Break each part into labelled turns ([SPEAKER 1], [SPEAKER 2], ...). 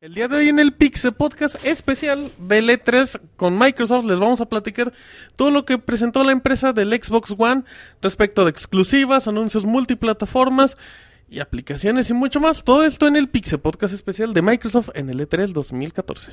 [SPEAKER 1] El día de hoy en el Pixel Podcast especial del E3 con Microsoft les vamos a platicar todo lo que presentó la empresa del Xbox One respecto de exclusivas, anuncios multiplataformas y aplicaciones y mucho más. Todo esto en el Pixel Podcast especial de Microsoft en el E E3 2014.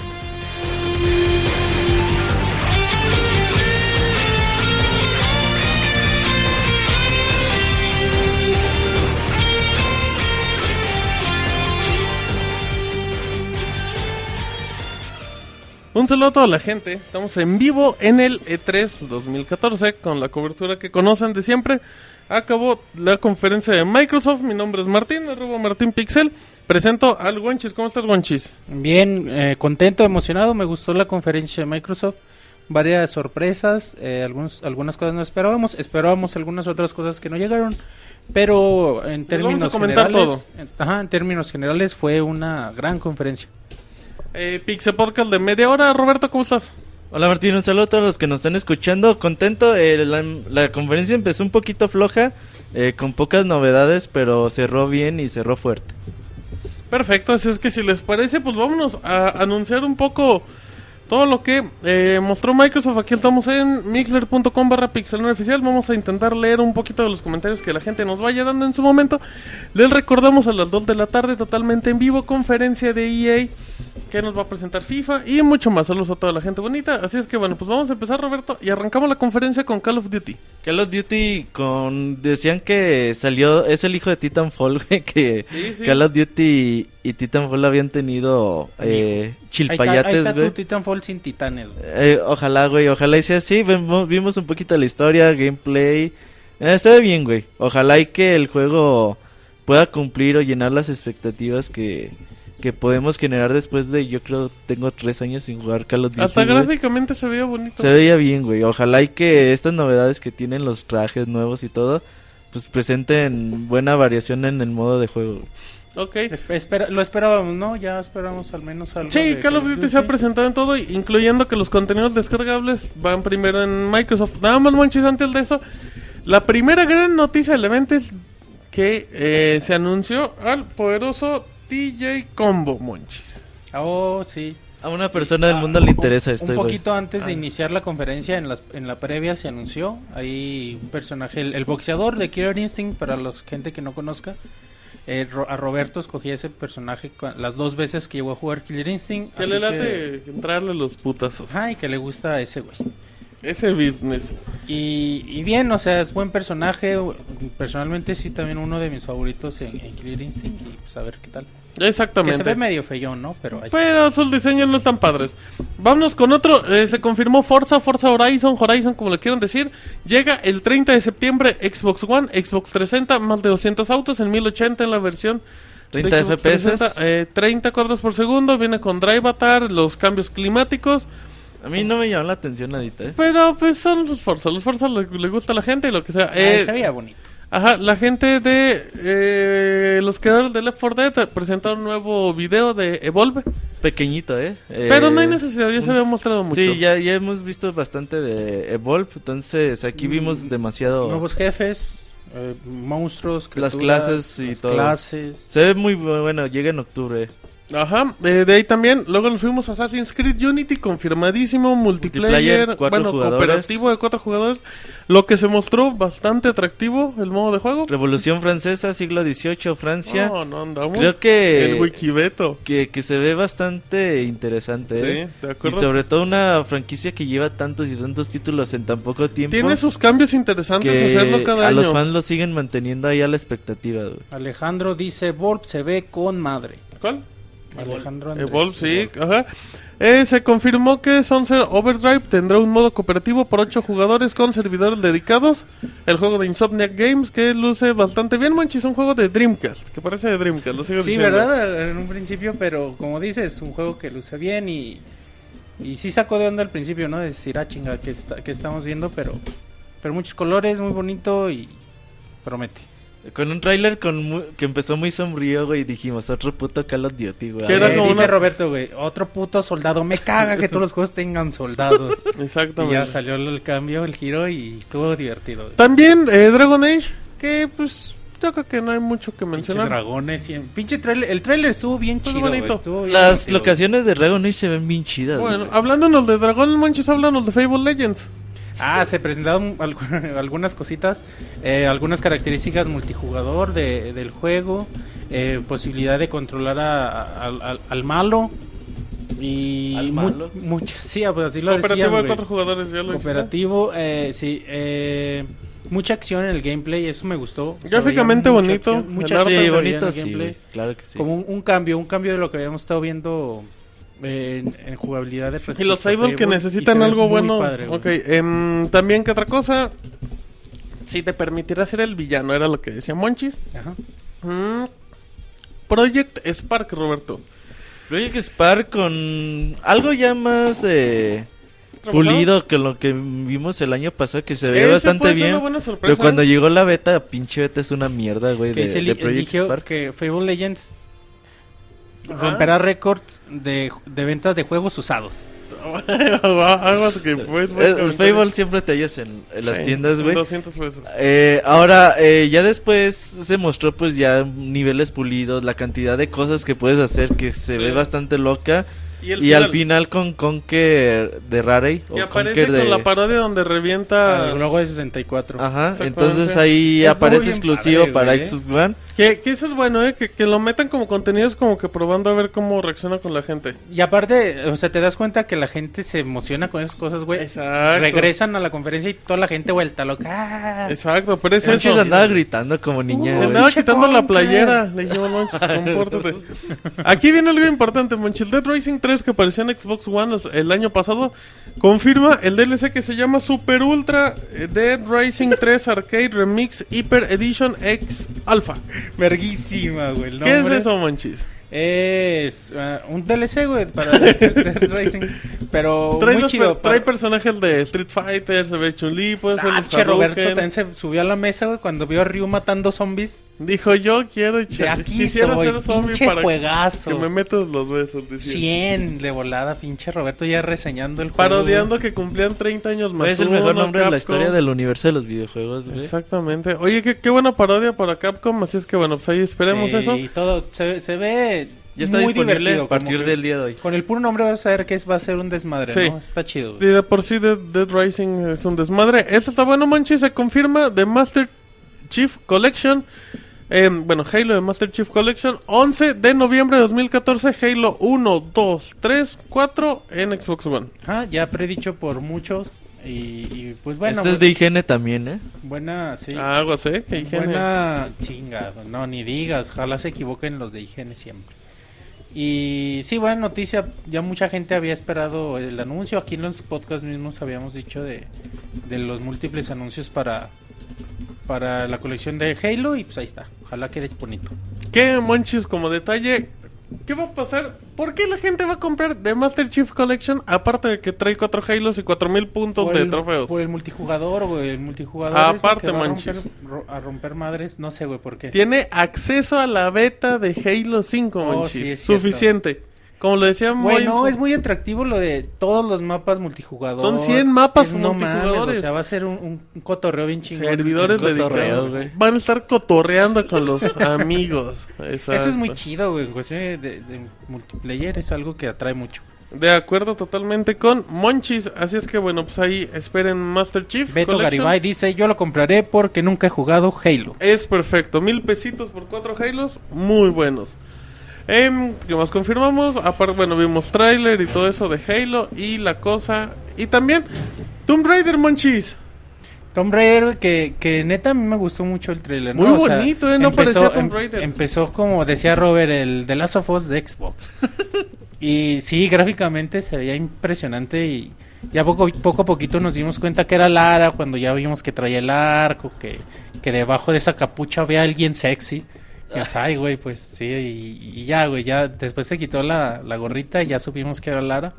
[SPEAKER 1] Un saludo a toda la gente. Estamos en vivo en el E E3 2014 con la cobertura que conocen de siempre. Acabó la conferencia de Microsoft. Mi nombre es Martín, arroba Martín Pixel. Presento al Guanchis. ¿Cómo estás, Guanchis?
[SPEAKER 2] Bien, eh, contento, emocionado. Me gustó la conferencia de Microsoft. Varias sorpresas, eh, algunos, algunas cosas no esperábamos, esperábamos algunas otras cosas que no llegaron, pero en
[SPEAKER 1] vamos a
[SPEAKER 2] términos
[SPEAKER 1] comentar
[SPEAKER 2] generales, en- ajá, en términos generales fue una gran conferencia.
[SPEAKER 1] Eh, Pixel Podcast de media hora. Roberto, ¿cómo estás?
[SPEAKER 3] Hola Martín, un saludo a todos los que nos están escuchando. Contento, eh, la, la conferencia empezó un poquito floja, eh, con pocas novedades, pero cerró bien y cerró fuerte.
[SPEAKER 1] Perfecto, así es que si les parece, pues vámonos a anunciar un poco todo lo que eh, mostró Microsoft. Aquí estamos en mixler.com barra pixel oficial. Vamos a intentar leer un poquito de los comentarios que la gente nos vaya dando en su momento. Les recordamos a las 2 de la tarde, totalmente en vivo, conferencia de EA que nos va a presentar FIFA y mucho más. Saludos a toda la gente bonita. Así es que bueno, pues vamos a empezar, Roberto, y arrancamos la conferencia con Call of Duty.
[SPEAKER 3] Call of Duty con decían que salió es el hijo de Titanfall, güey, que
[SPEAKER 1] Sí, sí.
[SPEAKER 3] Call of Duty y Titanfall habían tenido eh,
[SPEAKER 2] Ahí está- ahí
[SPEAKER 3] chilpayates,
[SPEAKER 2] está tu
[SPEAKER 3] güey.
[SPEAKER 2] Titanfall sin titanes. güey.
[SPEAKER 3] Eh, ojalá, güey, ojalá y sea así. Vemos- vimos un poquito la historia, gameplay. Eh, se ve bien, güey. Ojalá y que el juego pueda cumplir o llenar las expectativas que, que podemos generar después de, yo creo, tengo tres años sin jugar Call of Duty.
[SPEAKER 1] Hasta
[SPEAKER 3] güey.
[SPEAKER 1] gráficamente se veía bonito.
[SPEAKER 3] Se veía bien, güey. Ojalá y que estas novedades que tienen los trajes nuevos y todo, pues presenten buena variación en el modo de juego. güey.
[SPEAKER 1] Ok.
[SPEAKER 2] Espe- espera- lo esperábamos, ¿no? Ya esperábamos al menos algo.
[SPEAKER 1] Sí,
[SPEAKER 2] de
[SPEAKER 1] Call of Duty se ha presentado en todo, incluyendo que los contenidos descargables van primero en Microsoft. Nada más, manches, antes de eso, la primera gran noticia del evento es que eh, se anunció al poderoso TJ Combo, monchis.
[SPEAKER 2] Oh, sí.
[SPEAKER 3] A una persona del
[SPEAKER 2] Ah,
[SPEAKER 3] mundo le
[SPEAKER 2] un-
[SPEAKER 3] interesa esto, Ah.
[SPEAKER 2] Un
[SPEAKER 3] güey.
[SPEAKER 2] poquito antes de iniciar la conferencia, en, las, en la previa se anunció, ahí un personaje, el, el boxeador de Killer Instinct, para la gente que no conozca, eh, Ro- a Roberto escogí ese personaje cua- las dos veces que llegó a jugar Killer Instinct.
[SPEAKER 1] Que
[SPEAKER 2] así
[SPEAKER 1] le
[SPEAKER 2] que-
[SPEAKER 1] late entrarle los putazos.
[SPEAKER 2] Ajá, y que le gusta a ese güey.
[SPEAKER 1] Ese business.
[SPEAKER 2] Y, y bien, o sea, es buen personaje, u- personalmente sí, también uno de mis favoritos en, en Killer Instinct, y pues a ver qué tal. Que se
[SPEAKER 1] Exactamente. Pues,
[SPEAKER 2] ve medio feyón, ¿no? Pero ahí está.
[SPEAKER 1] Pero sus diseños no están padres. Vámonos con otro. eh, se confirmó Forza, Forza Horizon, Horizon, como le quieran decir. Llega el 30 de septiembre Xbox One, Xbox 360, más de 200 autos en 1080 en la versión. de
[SPEAKER 3] 30
[SPEAKER 1] Xbox
[SPEAKER 3] FPS.
[SPEAKER 1] 360, eh, 30 cuadros por segundo. Viene con Drive Avatar, los cambios climáticos.
[SPEAKER 3] A mí no me llamó la atención nadita, eh.
[SPEAKER 1] Pero pues son los Forza. Los Forza le, le gusta a la gente y lo que sea.
[SPEAKER 2] Ah,
[SPEAKER 1] Eh,
[SPEAKER 2] se veía bonito.
[SPEAKER 1] Ajá, la gente de eh, los creadores de Left 4 Dead presentaron un nuevo video de Evolve.
[SPEAKER 3] Pequeñito, ¿eh? Eh,
[SPEAKER 1] Pero no hay necesidad, ya se
[SPEAKER 3] un-
[SPEAKER 1] había mostrado mucho.
[SPEAKER 3] Sí, ya, ya hemos visto bastante de Evolve, entonces aquí
[SPEAKER 1] Mm,
[SPEAKER 3] vimos demasiado...
[SPEAKER 2] Nuevos jefes, eh, monstruos,
[SPEAKER 3] Las
[SPEAKER 2] criaturas,
[SPEAKER 3] clases y
[SPEAKER 2] las
[SPEAKER 3] todo.
[SPEAKER 2] clases.
[SPEAKER 3] Se ve muy bu- bueno, llega en octubre.
[SPEAKER 1] Ajá, eh, de ahí también. Luego nos fuimos a Assassin's Creed Unity, confirmadísimo, multiplayer,
[SPEAKER 3] Multiplayer, cuatro
[SPEAKER 1] bueno,
[SPEAKER 3] jugadores.
[SPEAKER 1] cooperativo de cuatro jugadores. Lo que se mostró bastante atractivo, el modo de juego.
[SPEAKER 3] Revolución Francesa, siglo XVIII, Francia.
[SPEAKER 1] No, no andamos.
[SPEAKER 3] Creo que,
[SPEAKER 1] El Wikibeto.
[SPEAKER 3] que... que se ve bastante interesante, ¿eh?
[SPEAKER 1] Sí, de
[SPEAKER 3] Y
[SPEAKER 1] acuerdo.
[SPEAKER 3] sobre todo una franquicia que lleva tantos y tantos títulos en tan poco tiempo.
[SPEAKER 1] Tiene sus cambios interesantes
[SPEAKER 3] que
[SPEAKER 1] hacerlo cada
[SPEAKER 3] a
[SPEAKER 1] año.
[SPEAKER 3] los fans lo siguen manteniendo ahí a la expectativa, güey.
[SPEAKER 2] Alejandro dice, Volp se ve con madre.
[SPEAKER 1] ¿Cuál?
[SPEAKER 2] Alejandro Andrés.
[SPEAKER 1] Evolve, sí, ajá. Eh, se confirmó que Sunset Overdrive tendrá un modo cooperativo por 8 jugadores con servidores dedicados. El juego de Insomniac Games que luce bastante bien, manchis. Un juego de Dreamcast, que parece de Dreamcast, lo sigo
[SPEAKER 2] Sí,
[SPEAKER 1] diciendo.
[SPEAKER 2] ¿verdad? En un principio, pero como dices, un juego que luce bien y, Y sí sacó de onda al principio, ¿no? De decir, ah, chinga, que, está, que estamos viendo, pero, pero muchos colores, muy bonito y promete.
[SPEAKER 3] Con un tráiler con mu- que empezó muy sombrío, güey, y dijimos, otro puto Call of Duty, güey.
[SPEAKER 1] Que era
[SPEAKER 2] Eh,
[SPEAKER 1] como
[SPEAKER 2] dice
[SPEAKER 1] una-
[SPEAKER 2] Roberto, güey, otro puto soldado. Me caga que todos los juegos tengan soldados. y
[SPEAKER 1] Exactamente.
[SPEAKER 2] ya salió el cambio, el giro y estuvo divertido. güey.
[SPEAKER 1] También eh, Dragon Age, que pues yo creo que no hay mucho que
[SPEAKER 2] Pinches
[SPEAKER 1] mencionar.
[SPEAKER 2] dragones y... Pinche trailer, el trailer estuvo bien
[SPEAKER 1] Muy
[SPEAKER 2] chido,
[SPEAKER 1] bonito.
[SPEAKER 2] güey, estuvo bien
[SPEAKER 3] Las
[SPEAKER 2] divertido.
[SPEAKER 3] locaciones de Dragon Age se ven bien chidas,
[SPEAKER 1] Bueno,
[SPEAKER 3] güey.
[SPEAKER 1] hablándonos de Dragon Manches, háblanos de Fable Legends.
[SPEAKER 2] Ah, se presentaron algu- algunas cositas, eh, algunas características multijugador de- del juego, eh, posibilidad de controlar a- a- al- al- al malo y
[SPEAKER 3] ¿Al
[SPEAKER 2] mu-
[SPEAKER 3] malo?
[SPEAKER 2] muchas, sí, pues así lo
[SPEAKER 1] Cooperativo
[SPEAKER 2] decían,
[SPEAKER 1] de
[SPEAKER 2] güey.
[SPEAKER 1] cuatro jugadores, ya lo dijiste.
[SPEAKER 2] Cooperativo, eh, sí, eh, mucha acción en el gameplay, eso me gustó. Se
[SPEAKER 1] Gráficamente
[SPEAKER 2] veía mucha
[SPEAKER 1] bonito,
[SPEAKER 2] acción, mucha
[SPEAKER 1] el arte
[SPEAKER 2] acción se
[SPEAKER 3] Sí,
[SPEAKER 2] veía en
[SPEAKER 3] bonito,
[SPEAKER 2] el
[SPEAKER 3] sí,
[SPEAKER 2] gameplay.
[SPEAKER 3] güey, claro que sí.
[SPEAKER 2] Como un, un cambio, un cambio de lo que habíamos estado viendo eh, en, en jugabilidad de
[SPEAKER 1] Y los Fable que
[SPEAKER 2] y
[SPEAKER 1] necesitan
[SPEAKER 2] se ve
[SPEAKER 1] algo
[SPEAKER 2] muy
[SPEAKER 1] bueno.
[SPEAKER 2] padre, güey.
[SPEAKER 1] ok, em, también que otra cosa. Si te permitirá ser el villano, era lo que decía Monchis.
[SPEAKER 2] Ajá.
[SPEAKER 1] Mm, Project Spark, Roberto.
[SPEAKER 3] Project Spark con algo ya más eh,
[SPEAKER 1] ¿Trabajado?
[SPEAKER 3] pulido que lo que vimos el año pasado, que se veía
[SPEAKER 1] Ese
[SPEAKER 3] bastante
[SPEAKER 1] puede ser
[SPEAKER 3] bien.
[SPEAKER 1] una buena sorpresa. ¿eh?
[SPEAKER 3] Pero cuando llegó la beta, pinche beta es una mierda, güey,
[SPEAKER 2] que
[SPEAKER 3] de,
[SPEAKER 2] se
[SPEAKER 3] de Project
[SPEAKER 2] eligió
[SPEAKER 3] Spark.
[SPEAKER 2] que Fable Legends
[SPEAKER 1] Ajá.
[SPEAKER 2] romperá récords de, de ventas de juegos usados.
[SPEAKER 1] Aguas que fue- fue
[SPEAKER 3] Eh,
[SPEAKER 1] comentario.
[SPEAKER 3] Fable siempre te hallas en, en las
[SPEAKER 1] Sí,
[SPEAKER 3] tiendas, güey.
[SPEAKER 1] 200 pesos.
[SPEAKER 3] Eh, ahora, eh, ya después se mostró pues ya niveles pulidos, la cantidad de cosas que puedes hacer que se
[SPEAKER 1] Sí.
[SPEAKER 3] ve bastante loca.
[SPEAKER 1] Y, el
[SPEAKER 3] Y al final con Conker de Rarey.
[SPEAKER 1] Y
[SPEAKER 3] o
[SPEAKER 1] aparece
[SPEAKER 3] Conker
[SPEAKER 1] con
[SPEAKER 3] de... Ah,
[SPEAKER 1] la parodia donde revienta.
[SPEAKER 2] El logo de 64.
[SPEAKER 3] Ajá,
[SPEAKER 1] Exactamente.
[SPEAKER 3] entonces ahí
[SPEAKER 2] Estuvo
[SPEAKER 3] aparece
[SPEAKER 2] bien
[SPEAKER 3] exclusivo
[SPEAKER 2] padre,
[SPEAKER 3] para
[SPEAKER 2] güey.
[SPEAKER 3] Xbox One.
[SPEAKER 1] Que, que eso es bueno, ¿eh? Que, que lo metan como contenidos, como que probando a ver cómo reacciona con la gente.
[SPEAKER 2] Y aparte, o sea, te das cuenta que la gente se emociona con esas cosas, güey.
[SPEAKER 1] Exacto.
[SPEAKER 2] Regresan a la conferencia y toda la gente vuelta loca. ¡Ah!
[SPEAKER 1] Exacto, pero es
[SPEAKER 3] Sánchez
[SPEAKER 1] eso. Uh,
[SPEAKER 3] andaba gritando como niña.
[SPEAKER 1] Se
[SPEAKER 3] güey.
[SPEAKER 1] andaba
[SPEAKER 2] Pinche
[SPEAKER 1] quitando la
[SPEAKER 2] Conker.
[SPEAKER 1] playera. Le dijimos, Monchis, compórtate. Aquí viene algo importante, Monchis. Dead Racing 3, que apareció en Xbox One los- el año pasado, confirma el DLC que se llama Super Ultra eh, Dead Racing 3 Arcade Remix Hyper Edition X Alpha.
[SPEAKER 2] Ah, Verguísima, güey. el
[SPEAKER 1] ¿Qué es
[SPEAKER 2] nombre.
[SPEAKER 1] eso, Monchis?
[SPEAKER 2] Es ah, un DLC, güey, para Death Racing. Pero
[SPEAKER 1] Trae,
[SPEAKER 2] Oh, muy
[SPEAKER 1] dos
[SPEAKER 2] chido.
[SPEAKER 1] per- trae
[SPEAKER 2] para-
[SPEAKER 1] personajes de Street Fighter, se ve Chun-Li, puede ser
[SPEAKER 2] Ah,
[SPEAKER 1] los
[SPEAKER 2] che, Roberto
[SPEAKER 1] Hadouken.
[SPEAKER 2] también se subió a la mesa, güey, cuando vio a Ryu matando zombies.
[SPEAKER 1] Dijo, yo quiero
[SPEAKER 2] De
[SPEAKER 1] echar.
[SPEAKER 2] aquí soy, pinche
[SPEAKER 1] que
[SPEAKER 2] juegazo.
[SPEAKER 1] me metas los besos. decía.
[SPEAKER 2] 100 de volada, pinche Roberto ya reseñando el juego.
[SPEAKER 1] Parodiando que cumplían 30 años más.
[SPEAKER 3] Es el
[SPEAKER 1] uno,
[SPEAKER 3] mejor nombre de
[SPEAKER 1] Capcom.
[SPEAKER 3] la historia del universo de los ¿eh? videojuegos, güey.
[SPEAKER 1] Exactamente. Oye, qué, qué buena parodia para Capcom. Así es que bueno, pues ahí esperemos
[SPEAKER 2] Sí,
[SPEAKER 1] eso.
[SPEAKER 2] Y todo se, se ve
[SPEAKER 3] Ya está
[SPEAKER 2] muy
[SPEAKER 3] disponible
[SPEAKER 2] divertido,
[SPEAKER 3] a partir
[SPEAKER 2] como que
[SPEAKER 3] del día de hoy.
[SPEAKER 2] Con el puro nombre vas a ver que es, va a ser un desmadre,
[SPEAKER 1] Sí.
[SPEAKER 2] ¿no? Está
[SPEAKER 1] Y
[SPEAKER 2] chido. güey.
[SPEAKER 1] de por sí, Dead, Dead Rising es un desmadre. Eso está bueno, Monchi. Se confirma de Master Chief Collection. eh, bueno, Halo de Master Chief Collection. 11 de noviembre de 2014. Halo 1, 2, 3, 4 en Xbox One.
[SPEAKER 2] Ajá, Ah, ya predicho por muchos y, y, pues bueno,
[SPEAKER 3] este es de IGN también, ¿eh?
[SPEAKER 2] buena, sí.
[SPEAKER 1] Ah, Aguas, eh. Qué higiene.
[SPEAKER 2] Buena chinga, no, ni digas, ojalá se equivoquen los de higiene siempre. Y sí, buena noticia, ya mucha gente había esperado el anuncio, aquí en los podcasts mismos habíamos dicho de, de los múltiples anuncios para, para la colección de Halo y pues ahí está, ojalá quede bonito.
[SPEAKER 1] ¿Qué, Monchis, como detalle? ¿Qué va a pasar? ¿Por qué la gente va a comprar The Master Chief Collection aparte de que trae 4 Halos y 4000 puntos
[SPEAKER 2] Por
[SPEAKER 1] de
[SPEAKER 2] el-
[SPEAKER 1] trofeos?
[SPEAKER 2] Por el multijugador, güey, el multijugador es lo
[SPEAKER 1] Aparte,
[SPEAKER 2] que va a romper,
[SPEAKER 1] manches.
[SPEAKER 2] ro- a romper madres, no sé, güey, por qué.
[SPEAKER 1] Tiene acceso a la beta de Halo 5,
[SPEAKER 2] Oh,
[SPEAKER 1] Monchis.
[SPEAKER 2] sí, es cierto.
[SPEAKER 1] Suficiente. Como lo decía Moy en
[SPEAKER 2] Bueno,
[SPEAKER 1] su-
[SPEAKER 2] es muy atractivo lo de todos los mapas multijugador.
[SPEAKER 1] Son 100 mapas
[SPEAKER 2] Es- no mames,
[SPEAKER 1] multijugadores.
[SPEAKER 2] o sea, va a ser un, un- un cotorreo bien chingón.
[SPEAKER 1] servidores
[SPEAKER 2] Un cotorreo,
[SPEAKER 1] dedicados.
[SPEAKER 2] güey.
[SPEAKER 1] Van a estar cotorreando con los amigos.
[SPEAKER 2] Eso es muy
[SPEAKER 1] Exacto.
[SPEAKER 2] chido, güey. En cuestiones de, de multiplayer es algo que atrae mucho.
[SPEAKER 1] De acuerdo totalmente con Monchis. Así es que bueno, pues ahí esperen Master Chief
[SPEAKER 2] Beto
[SPEAKER 1] Collection.
[SPEAKER 2] Garibay dice, yo lo compraré porque nunca he jugado Halo.
[SPEAKER 1] Es perfecto, mil pesitos por cuatro Halos, muy buenos. Em, ¿Qué más confirmamos? Aparte, bueno, vimos tráiler y todo eso de Halo y la cosa. Y también Tomb Raider Monchis.
[SPEAKER 2] Tomb Raider, güey, que, que neta a mí me gustó mucho el trailer.
[SPEAKER 1] Muy bonito, ¿eh? No parecía Tomb Raider.
[SPEAKER 2] em, empezó como decía Robert, el The Last of Us de Xbox. y sí, gráficamente se veía impresionante y ya poco, poco a poquito nos dimos cuenta que era Lara cuando ya vimos que traía el arco, que, que debajo de esa capucha había alguien sexy. Ya sabes, güey, pues sí, y, y ya, güey, ya después se quitó la, la gorrita y ya supimos que era Lara.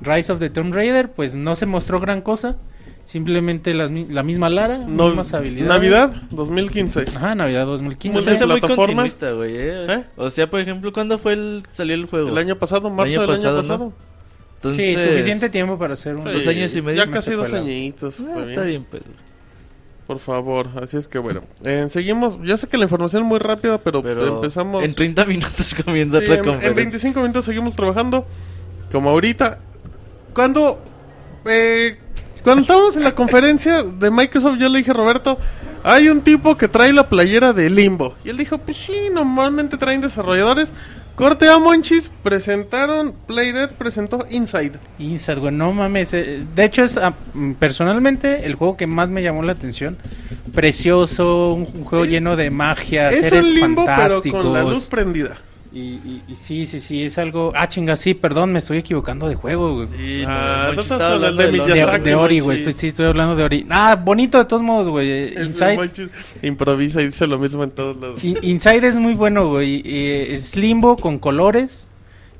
[SPEAKER 2] Rise of the Tomb Raider, pues no se mostró gran cosa. Simplemente las mi- la misma Lara,
[SPEAKER 1] No-
[SPEAKER 2] mismas habilidades.
[SPEAKER 1] Navidad 2015.
[SPEAKER 3] Ah,
[SPEAKER 2] Ajá, Navidad 2015.
[SPEAKER 1] Muy
[SPEAKER 3] Se me
[SPEAKER 1] bien.
[SPEAKER 3] hace muy
[SPEAKER 1] plataforma.
[SPEAKER 3] continuista, güey. eh.
[SPEAKER 1] ¿Eh?
[SPEAKER 3] O sea, por ejemplo, ¿cuándo fue el salió el juego?
[SPEAKER 1] El año pasado, marzo
[SPEAKER 3] año
[SPEAKER 1] del año
[SPEAKER 3] pasado,
[SPEAKER 1] pasado.
[SPEAKER 3] Entonces, ah,
[SPEAKER 2] Sí, suficiente tiempo para hacer un...
[SPEAKER 3] Dos años y medio
[SPEAKER 1] Ya
[SPEAKER 3] no
[SPEAKER 1] casi
[SPEAKER 2] se
[SPEAKER 1] dos
[SPEAKER 2] cuela.
[SPEAKER 1] añitos.
[SPEAKER 3] Ah,
[SPEAKER 1] fue
[SPEAKER 3] está
[SPEAKER 1] bien.
[SPEAKER 3] bien, pues. güey.
[SPEAKER 1] Por favor, así es que bueno. Eh, seguimos, yo sé que la información es muy rápida, pero,
[SPEAKER 3] Pero
[SPEAKER 1] empezamos...
[SPEAKER 3] en 30 minutos comienza
[SPEAKER 1] Sí,
[SPEAKER 3] otra
[SPEAKER 1] en, en
[SPEAKER 3] conferencia.
[SPEAKER 1] 25 minutos seguimos trabajando. Como ahorita. Cuando. eh, cuando estábamos en la conferencia de Microsoft, yo le dije a Roberto: Hay un tipo que trae la playera de Limbo. Y él dijo: Pues sí, normalmente traen desarrolladores. Corte a Monchis, presentaron Playdead, presentó Inside.
[SPEAKER 2] Inside, güey, no mames. eh, De hecho, es ah, mm, personalmente el juego que más me llamó la atención. Precioso, un, un juego lleno de magia,
[SPEAKER 1] Es
[SPEAKER 2] seres
[SPEAKER 1] un Limbo, pero
[SPEAKER 2] fantásticos.
[SPEAKER 1] con la luz prendida.
[SPEAKER 2] y, y- y sí, sí, sí, es algo. Ah, chinga, sí, perdón, me estoy equivocando de juego, güey.
[SPEAKER 3] Sí,
[SPEAKER 1] Ah,
[SPEAKER 3] Monchi
[SPEAKER 1] tú estás
[SPEAKER 3] estaba
[SPEAKER 1] hablando de
[SPEAKER 3] del
[SPEAKER 2] De,
[SPEAKER 1] ya
[SPEAKER 3] otro.
[SPEAKER 1] Miyazaki.
[SPEAKER 2] de Ori,
[SPEAKER 1] Monchi.
[SPEAKER 2] güey, estoy, sí, estoy hablando de Ori. Ah, bonito de todos modos, güey. eh,
[SPEAKER 1] Es-
[SPEAKER 2] Inside,
[SPEAKER 1] Monchis improvisa y dice lo mismo en todos lados.
[SPEAKER 2] sí, Inside es muy bueno, güey. eh, Es limbo con colores,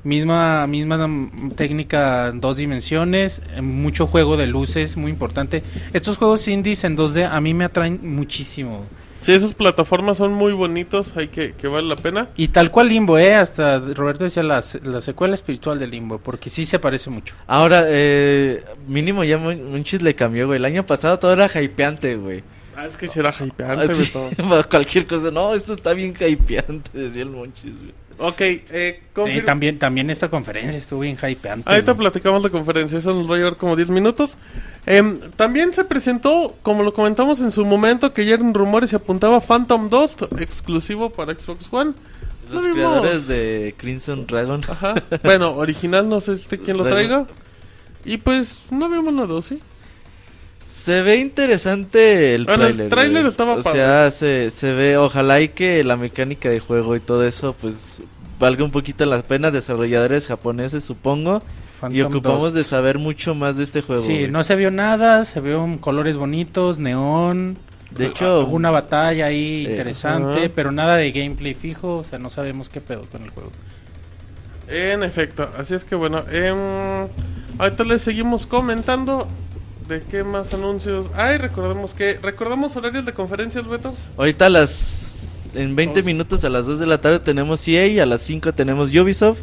[SPEAKER 2] misma, misma mm, técnica en dos dimensiones, eh, mucho juego de luces, muy importante. Estos juegos indies en 2D a mí me atraen muchísimo.
[SPEAKER 1] Sí, esas plataformas son muy bonitos, hay que, que vale la pena.
[SPEAKER 2] Y tal cual Limbo, eh, hasta Roberto decía la, se- la secuela espiritual de Limbo, porque sí se parece mucho.
[SPEAKER 3] Ahora, eh, mínimo ya Mon- Monchis le cambió, güey. El año pasado todo era hypeante, güey.
[SPEAKER 1] Ah, es que si era hypeante,
[SPEAKER 3] Así,
[SPEAKER 1] güey, todo.
[SPEAKER 3] para cualquier cosa. No, esto está bien hypeante, decía el Monchis, güey.
[SPEAKER 1] Ok, eh, confir-
[SPEAKER 2] Eh, también, también esta conferencia estuvo bien hypeante.
[SPEAKER 1] Ahorita
[SPEAKER 2] güey.
[SPEAKER 1] platicamos la conferencia, eso nos va a llevar como 10 minutos. Em, también se presentó, como lo comentamos en su momento, que ya eran rumores y apuntaba Phantom 2, exclusivo para Xbox One.
[SPEAKER 3] Los
[SPEAKER 1] Lo vimos.
[SPEAKER 3] creadores de Crimson Dragon.
[SPEAKER 1] Ajá. bueno, original, no sé este quién lo
[SPEAKER 3] Bueno.
[SPEAKER 1] traiga. Y pues, no vimos la 2, ¿sí?
[SPEAKER 3] Se ve interesante el
[SPEAKER 1] Bueno, el
[SPEAKER 3] tráiler.
[SPEAKER 1] tráiler
[SPEAKER 3] güey.
[SPEAKER 1] estaba
[SPEAKER 3] O
[SPEAKER 1] padre.
[SPEAKER 3] sea, se, se ve, ojalá y que la mecánica de juego y todo eso, pues, valga un poquito la pena. Desarrolladores japoneses, supongo. y
[SPEAKER 2] Phantom
[SPEAKER 3] ocupamos
[SPEAKER 2] 2.
[SPEAKER 3] de saber mucho más de este juego.
[SPEAKER 2] Sí,
[SPEAKER 3] güey.
[SPEAKER 2] no se vio nada, se vio colores bonitos, neón.
[SPEAKER 3] De hecho,
[SPEAKER 2] una batalla ahí
[SPEAKER 3] Eh,
[SPEAKER 2] interesante,
[SPEAKER 1] ajá.
[SPEAKER 2] pero nada de gameplay fijo, o sea, no sabemos qué pedo con el juego.
[SPEAKER 1] En efecto, así es que bueno. em, ahorita les seguimos comentando de qué más anuncios hay. Recordemos que, recordamos horarios de conferencias, Beto.
[SPEAKER 3] ahorita a las. En 20
[SPEAKER 1] Dos.
[SPEAKER 3] minutos a las 2 de la tarde tenemos EA, a las 5 tenemos Ubisoft,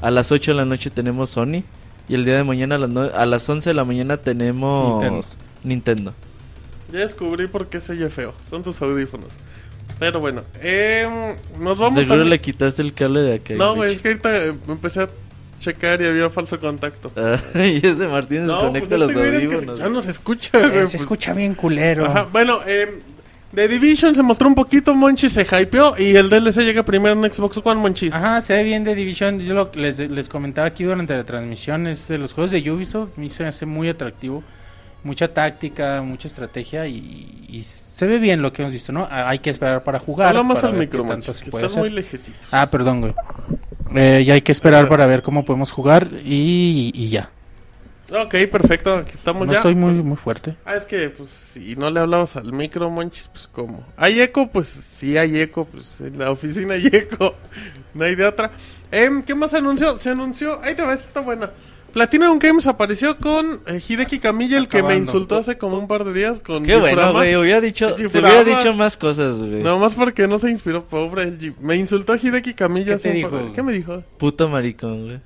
[SPEAKER 3] a las 8 de la noche tenemos Sony, y el día de mañana a las, nue- a las 11 de la mañana tenemos
[SPEAKER 2] Nintendo.
[SPEAKER 3] Nintendo.
[SPEAKER 1] Ya descubrí por qué se oye feo. Son tus audífonos. Pero bueno, em, nos vamos
[SPEAKER 3] Seguro
[SPEAKER 1] también-
[SPEAKER 3] le quitaste el cable de acá.
[SPEAKER 1] No, güey,
[SPEAKER 3] güey.
[SPEAKER 1] es que ahorita eh, empecé a checar y había falso contacto.
[SPEAKER 3] y ese Martín
[SPEAKER 1] No,
[SPEAKER 3] desconecta
[SPEAKER 1] pues,
[SPEAKER 3] los
[SPEAKER 1] este güey era el que se-
[SPEAKER 3] audífonos.
[SPEAKER 1] Ya
[SPEAKER 3] güey.
[SPEAKER 1] no se escucha,
[SPEAKER 2] Eh,
[SPEAKER 1] güey.
[SPEAKER 2] se
[SPEAKER 1] pues.
[SPEAKER 2] escucha bien culero.
[SPEAKER 1] Ajá, bueno, eh, The Division se mostró un poquito, Monchis se hypeó y el DLC llega primero en Xbox One, Monchis.
[SPEAKER 2] Ajá, se ve bien de Division. Yo lo, les, les comentaba aquí durante la transmisión, es de los juegos de Ubisoft, a mí se me hace muy atractivo. Mucha táctica, mucha estrategia y, y se ve bien lo que hemos visto, ¿no? Ah, Hay que esperar para jugar.
[SPEAKER 1] Habla más
[SPEAKER 2] para
[SPEAKER 1] al
[SPEAKER 2] ver qué
[SPEAKER 1] micro,
[SPEAKER 2] tanto
[SPEAKER 1] Monchis,
[SPEAKER 2] se
[SPEAKER 1] que
[SPEAKER 2] puede
[SPEAKER 1] estás
[SPEAKER 2] hacer.
[SPEAKER 1] muy lejecito.
[SPEAKER 2] Ah, perdón, güey. Eh, y hay que esperar para ver cómo podemos jugar y, y ya.
[SPEAKER 1] Ok, perfecto, aquí estamos
[SPEAKER 2] No
[SPEAKER 1] ya.
[SPEAKER 2] estoy muy, muy fuerte.
[SPEAKER 1] Ah, es que, pues, si no le hablabas al micro, Monchis, pues, ¿cómo? ¿Hay eco? Pues, sí hay eco, pues, en la oficina hay eco. No hay de otra. Em, ¿Qué más se anunció? Se anunció... Ahí te va, esta está buena. Platinum Games apareció con eh, Hideki Camilla, el que me
[SPEAKER 2] Acabando.
[SPEAKER 1] insultó hace como un par de días con
[SPEAKER 3] Qué bueno,
[SPEAKER 1] Gifurama.
[SPEAKER 3] güey. Hubiera dicho, te
[SPEAKER 1] Gifurama.
[SPEAKER 3] hubiera dicho más cosas, güey.
[SPEAKER 1] Nada más porque no se inspiró, pobre el G- Me insultó Hideki Camilla.
[SPEAKER 2] ¿Qué
[SPEAKER 1] hace
[SPEAKER 2] te
[SPEAKER 1] un
[SPEAKER 2] dijo,
[SPEAKER 1] par de-
[SPEAKER 2] güey?
[SPEAKER 1] ¿Qué me dijo?
[SPEAKER 3] Puto maricón, güey.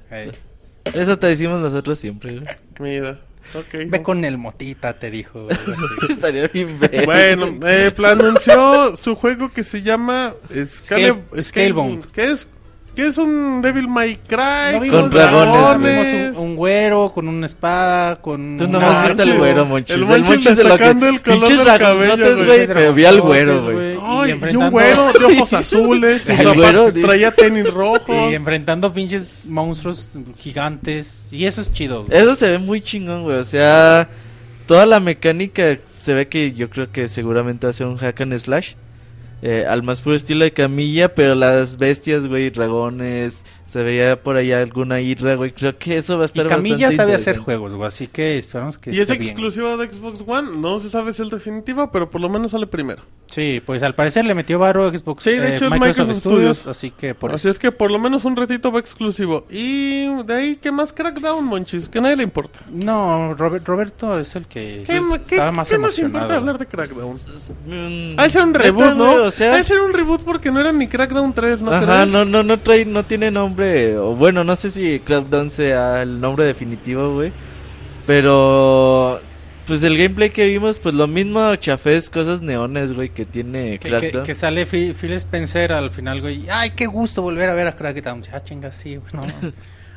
[SPEAKER 3] Eso te decimos nosotros siempre, güey.
[SPEAKER 1] Mira, ok.
[SPEAKER 2] Ve con el motita, te dijo.
[SPEAKER 3] Estaría bien ver.
[SPEAKER 1] Bueno, eh, pla- anunció su juego que se llama Scale-
[SPEAKER 2] Scale- Scalebound.
[SPEAKER 1] Que es, que es un Devil May Cry.
[SPEAKER 3] vimos Con nada, dragones,
[SPEAKER 2] Vimos un, un güero con una espada, con...
[SPEAKER 3] Tú
[SPEAKER 2] una
[SPEAKER 3] nomás
[SPEAKER 1] no,
[SPEAKER 3] viste al
[SPEAKER 1] Monchis,
[SPEAKER 3] güero,
[SPEAKER 1] güey. El
[SPEAKER 3] Monchis. El
[SPEAKER 1] Monchis
[SPEAKER 3] Monchis se lo que...
[SPEAKER 1] destacando el color
[SPEAKER 3] Pinches
[SPEAKER 1] del cabello,
[SPEAKER 3] dragonzotes,
[SPEAKER 1] güey.
[SPEAKER 3] güey, pero vi al güero, güey.
[SPEAKER 1] Ay, y,
[SPEAKER 2] enfrentando-
[SPEAKER 1] un güero de ojos azules.
[SPEAKER 3] El
[SPEAKER 1] sus zapatos-
[SPEAKER 3] güero, dice.
[SPEAKER 1] traía tenis rojos.
[SPEAKER 2] Y em- enfrentando pinches monstruos gigantes. Y eso es chido. güey.
[SPEAKER 3] Eso se ve muy chingón, güey. O sea, toda la mecánica se ve que yo creo que seguramente va a ser un hack and slash. eh, al más puro estilo de camilla, pero las bestias, güey, dragones, Se veía por ahí alguna irra, güey. Creo que eso va a estar
[SPEAKER 2] Y Camilla
[SPEAKER 3] bastante
[SPEAKER 2] sabe hacer
[SPEAKER 3] interesante.
[SPEAKER 2] juegos, güey, así que esperamos que
[SPEAKER 1] Y es
[SPEAKER 2] esté bien.
[SPEAKER 1] exclusiva de Xbox One. No se sabe si es definitiva, pero por lo menos sale primero.
[SPEAKER 2] Sí, pues al parecer le metió varo a Xbox eh,
[SPEAKER 1] Sí, de hecho es
[SPEAKER 2] Microsoft,
[SPEAKER 1] Microsoft
[SPEAKER 2] Studios,
[SPEAKER 1] Studios.
[SPEAKER 2] así que por
[SPEAKER 1] Así
[SPEAKER 2] eso.
[SPEAKER 1] es que por lo menos un ratito va exclusivo. Y de ahí, ¿qué más Crackdown, monchis? Que a nadie le importa.
[SPEAKER 2] No, Robert- Roberto es el que
[SPEAKER 1] ¿Qué,
[SPEAKER 2] está
[SPEAKER 1] qué-
[SPEAKER 2] más
[SPEAKER 1] qué nos
[SPEAKER 2] emocionado.
[SPEAKER 1] importa hablar de Crackdown?
[SPEAKER 3] Mm,
[SPEAKER 1] Ha de ser un
[SPEAKER 3] neta,
[SPEAKER 1] reboot, ¿no?
[SPEAKER 3] güey, O sea,
[SPEAKER 1] Ha de ser un reboot porque no era ni Crackdown 3, ¿no
[SPEAKER 3] ajá,
[SPEAKER 1] crees?
[SPEAKER 3] no, no, no trae, no tiene nombre. O bueno, no sé si Crackdown sea el nombre definitivo, güey. Pero, pues el gameplay que vimos, pues lo mismo chafés, cosas neones, güey, que tiene
[SPEAKER 2] Que, que-
[SPEAKER 3] Crackdown.
[SPEAKER 2] que sale Phil, Phil Spencer al final, güey. Ay, qué gusto volver a ver a Crackdown. Ah, chinga, sí, güey. no, no.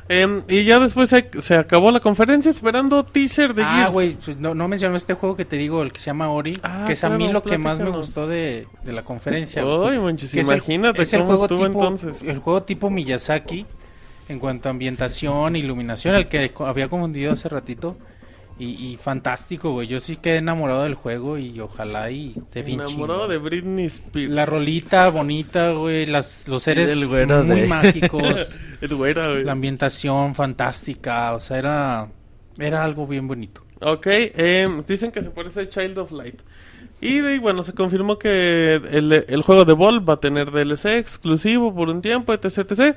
[SPEAKER 1] Em, y ya después se, se acabó la conferencia esperando teaser de
[SPEAKER 2] ah,
[SPEAKER 1] Gears.
[SPEAKER 2] güey, pues no, no mencionó este juego que te digo, el que se llama Ori.
[SPEAKER 1] Ah,
[SPEAKER 2] que es a mí
[SPEAKER 1] claro,
[SPEAKER 2] lo que más me
[SPEAKER 1] platícanos.
[SPEAKER 2] gustó de, de la conferencia. güey.
[SPEAKER 1] Ay, monchis,
[SPEAKER 2] Que es el-
[SPEAKER 1] imagínate
[SPEAKER 2] es el
[SPEAKER 1] cómo
[SPEAKER 2] juego
[SPEAKER 1] estuvo
[SPEAKER 2] tipo-
[SPEAKER 1] entonces.
[SPEAKER 2] El juego tipo Miyazaki, en cuanto a ambientación, iluminación, el que co- había confundido hace ratito. Y, y fantástico, güey. Yo sí quedé enamorado del juego y ojalá y esté bien
[SPEAKER 1] Enamorado
[SPEAKER 2] chingón.
[SPEAKER 1] de Britney Spears.
[SPEAKER 2] La rolita bonita, güey. Las, los seres
[SPEAKER 3] del
[SPEAKER 2] muy
[SPEAKER 3] güero de-
[SPEAKER 2] mágicos.
[SPEAKER 1] Es güera, güey.
[SPEAKER 2] la ambientación fantástica. O sea, era, era algo bien bonito.
[SPEAKER 1] Ok, em, dicen que se parece a Child of Light. Y de ahí, bueno, se confirmó que el, el juego de Ball va a tener DLC exclusivo por un tiempo, etc. etc.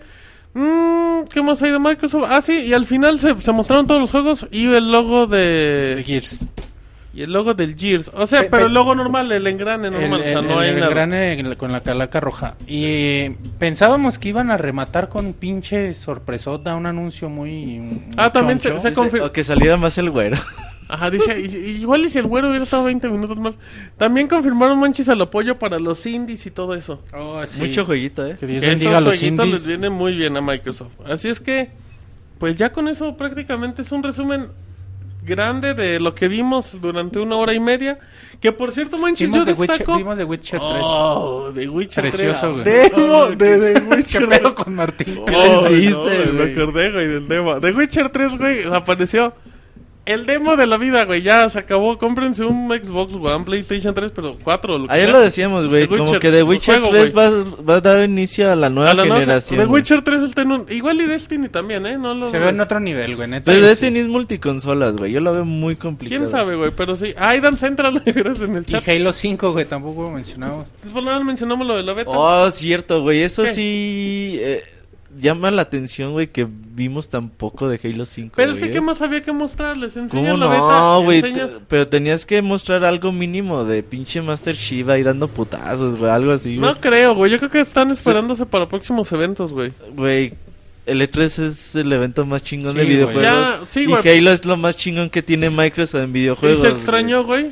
[SPEAKER 1] Mm, ¿Qué más hay de Microsoft? Ah, sí, y al final se, se mostraron todos los juegos y el logo
[SPEAKER 2] De
[SPEAKER 1] de.
[SPEAKER 2] Gears.
[SPEAKER 1] Y el logo del Gears. O sea,
[SPEAKER 2] Pe-
[SPEAKER 1] pero
[SPEAKER 2] pe-
[SPEAKER 1] el logo normal, el engrane
[SPEAKER 2] El,
[SPEAKER 1] normal. o sea,
[SPEAKER 2] el-
[SPEAKER 1] no hay
[SPEAKER 2] el
[SPEAKER 1] nada.
[SPEAKER 2] engrane en la- con la calaca roja. Y eh, pensábamos que iban a rematar con un pinche sorpresota, un anuncio muy. muy
[SPEAKER 1] Ah, también se-
[SPEAKER 2] choncho.
[SPEAKER 1] se
[SPEAKER 3] Dice,
[SPEAKER 1] confir-
[SPEAKER 3] O que saliera más el güero.
[SPEAKER 1] Ajá, dice, y- y- igual y si el güero hubiera estado 20 minutos más. También confirmaron manchis al apoyo para los indies y todo eso.
[SPEAKER 2] Oh, sí.
[SPEAKER 3] Mucho jueguito, eh.
[SPEAKER 2] Que Dios
[SPEAKER 1] Esos
[SPEAKER 2] bendiga a los
[SPEAKER 1] jueguitos les
[SPEAKER 2] indies.
[SPEAKER 1] viene muy bien a Microsoft. Así es que, pues ya con eso prácticamente es un resumen grande de lo que vimos durante una hora y media. Que por cierto, manches, yo
[SPEAKER 2] Vimos de Witcher,
[SPEAKER 1] destaco...
[SPEAKER 2] vimos de Witcher 3.
[SPEAKER 1] Oh, de Witcher
[SPEAKER 2] Precioso,
[SPEAKER 1] 3.
[SPEAKER 2] güey.
[SPEAKER 3] Demo de The
[SPEAKER 2] ¿Qué
[SPEAKER 3] Witcher.
[SPEAKER 2] pedo con Martín?
[SPEAKER 1] Oh,
[SPEAKER 3] ¿Qué le
[SPEAKER 1] no,
[SPEAKER 3] hiciste,
[SPEAKER 1] güey,
[SPEAKER 3] güey?
[SPEAKER 1] Me acordé, güey, del demo. De Witcher 3, güey, apareció el demo de la vida, güey. Ya se acabó. Cómprense un Xbox One, PlayStation 3, pero 4. Lo que
[SPEAKER 3] Ayer
[SPEAKER 1] sea.
[SPEAKER 3] lo decíamos, güey.
[SPEAKER 1] The
[SPEAKER 3] Como
[SPEAKER 1] Witcher,
[SPEAKER 3] que The
[SPEAKER 1] un
[SPEAKER 3] Witcher
[SPEAKER 1] juego,
[SPEAKER 3] 3 va, va a dar inicio a la nueva
[SPEAKER 1] A la nueva-
[SPEAKER 3] generación.
[SPEAKER 1] The
[SPEAKER 3] güey.
[SPEAKER 1] Witcher 3 está en un... Igual y Destiny también, ¿eh? No lo
[SPEAKER 2] Se ve en otro nivel, güey, neta.
[SPEAKER 3] Pero
[SPEAKER 2] Y sí.
[SPEAKER 3] Destiny Pues, es multiconsolas, güey. Yo lo veo muy complicado.
[SPEAKER 1] ¿Quién sabe, güey? Pero sí. Ah, Aidan Central en el
[SPEAKER 2] Y
[SPEAKER 1] chat. Pues,
[SPEAKER 2] Halo 5, güey, tampoco lo mencionamos.
[SPEAKER 1] Por nada mencionamos lo de la beta.
[SPEAKER 3] Oh, cierto, güey. Eso
[SPEAKER 1] ¿Qué?
[SPEAKER 3] sí eh, llama la atención, güey, que vimos tan poco de Halo 5.
[SPEAKER 1] Pero es que,
[SPEAKER 3] güey.
[SPEAKER 1] ¿qué más había que mostrarles?
[SPEAKER 3] ¿Cómo
[SPEAKER 1] Enseñan la beta.
[SPEAKER 3] no, güey? Te-
[SPEAKER 1] enseñas-
[SPEAKER 3] Pero tenías que mostrar algo mínimo de pinche Master Shiva ahí dando putazos, güey. Algo así, güey.
[SPEAKER 1] No creo, güey. Yo creo que están esperándose para próximos eventos, güey.
[SPEAKER 3] Güey, el E3 es el evento más chingón
[SPEAKER 2] Sí,
[SPEAKER 3] de
[SPEAKER 2] güey.
[SPEAKER 3] videojuegos.
[SPEAKER 1] Ya, sí, güey.
[SPEAKER 3] Y Halo es lo más chingón que tiene Microsoft en
[SPEAKER 1] Y
[SPEAKER 3] videojuegos.
[SPEAKER 1] se extrañó, güey.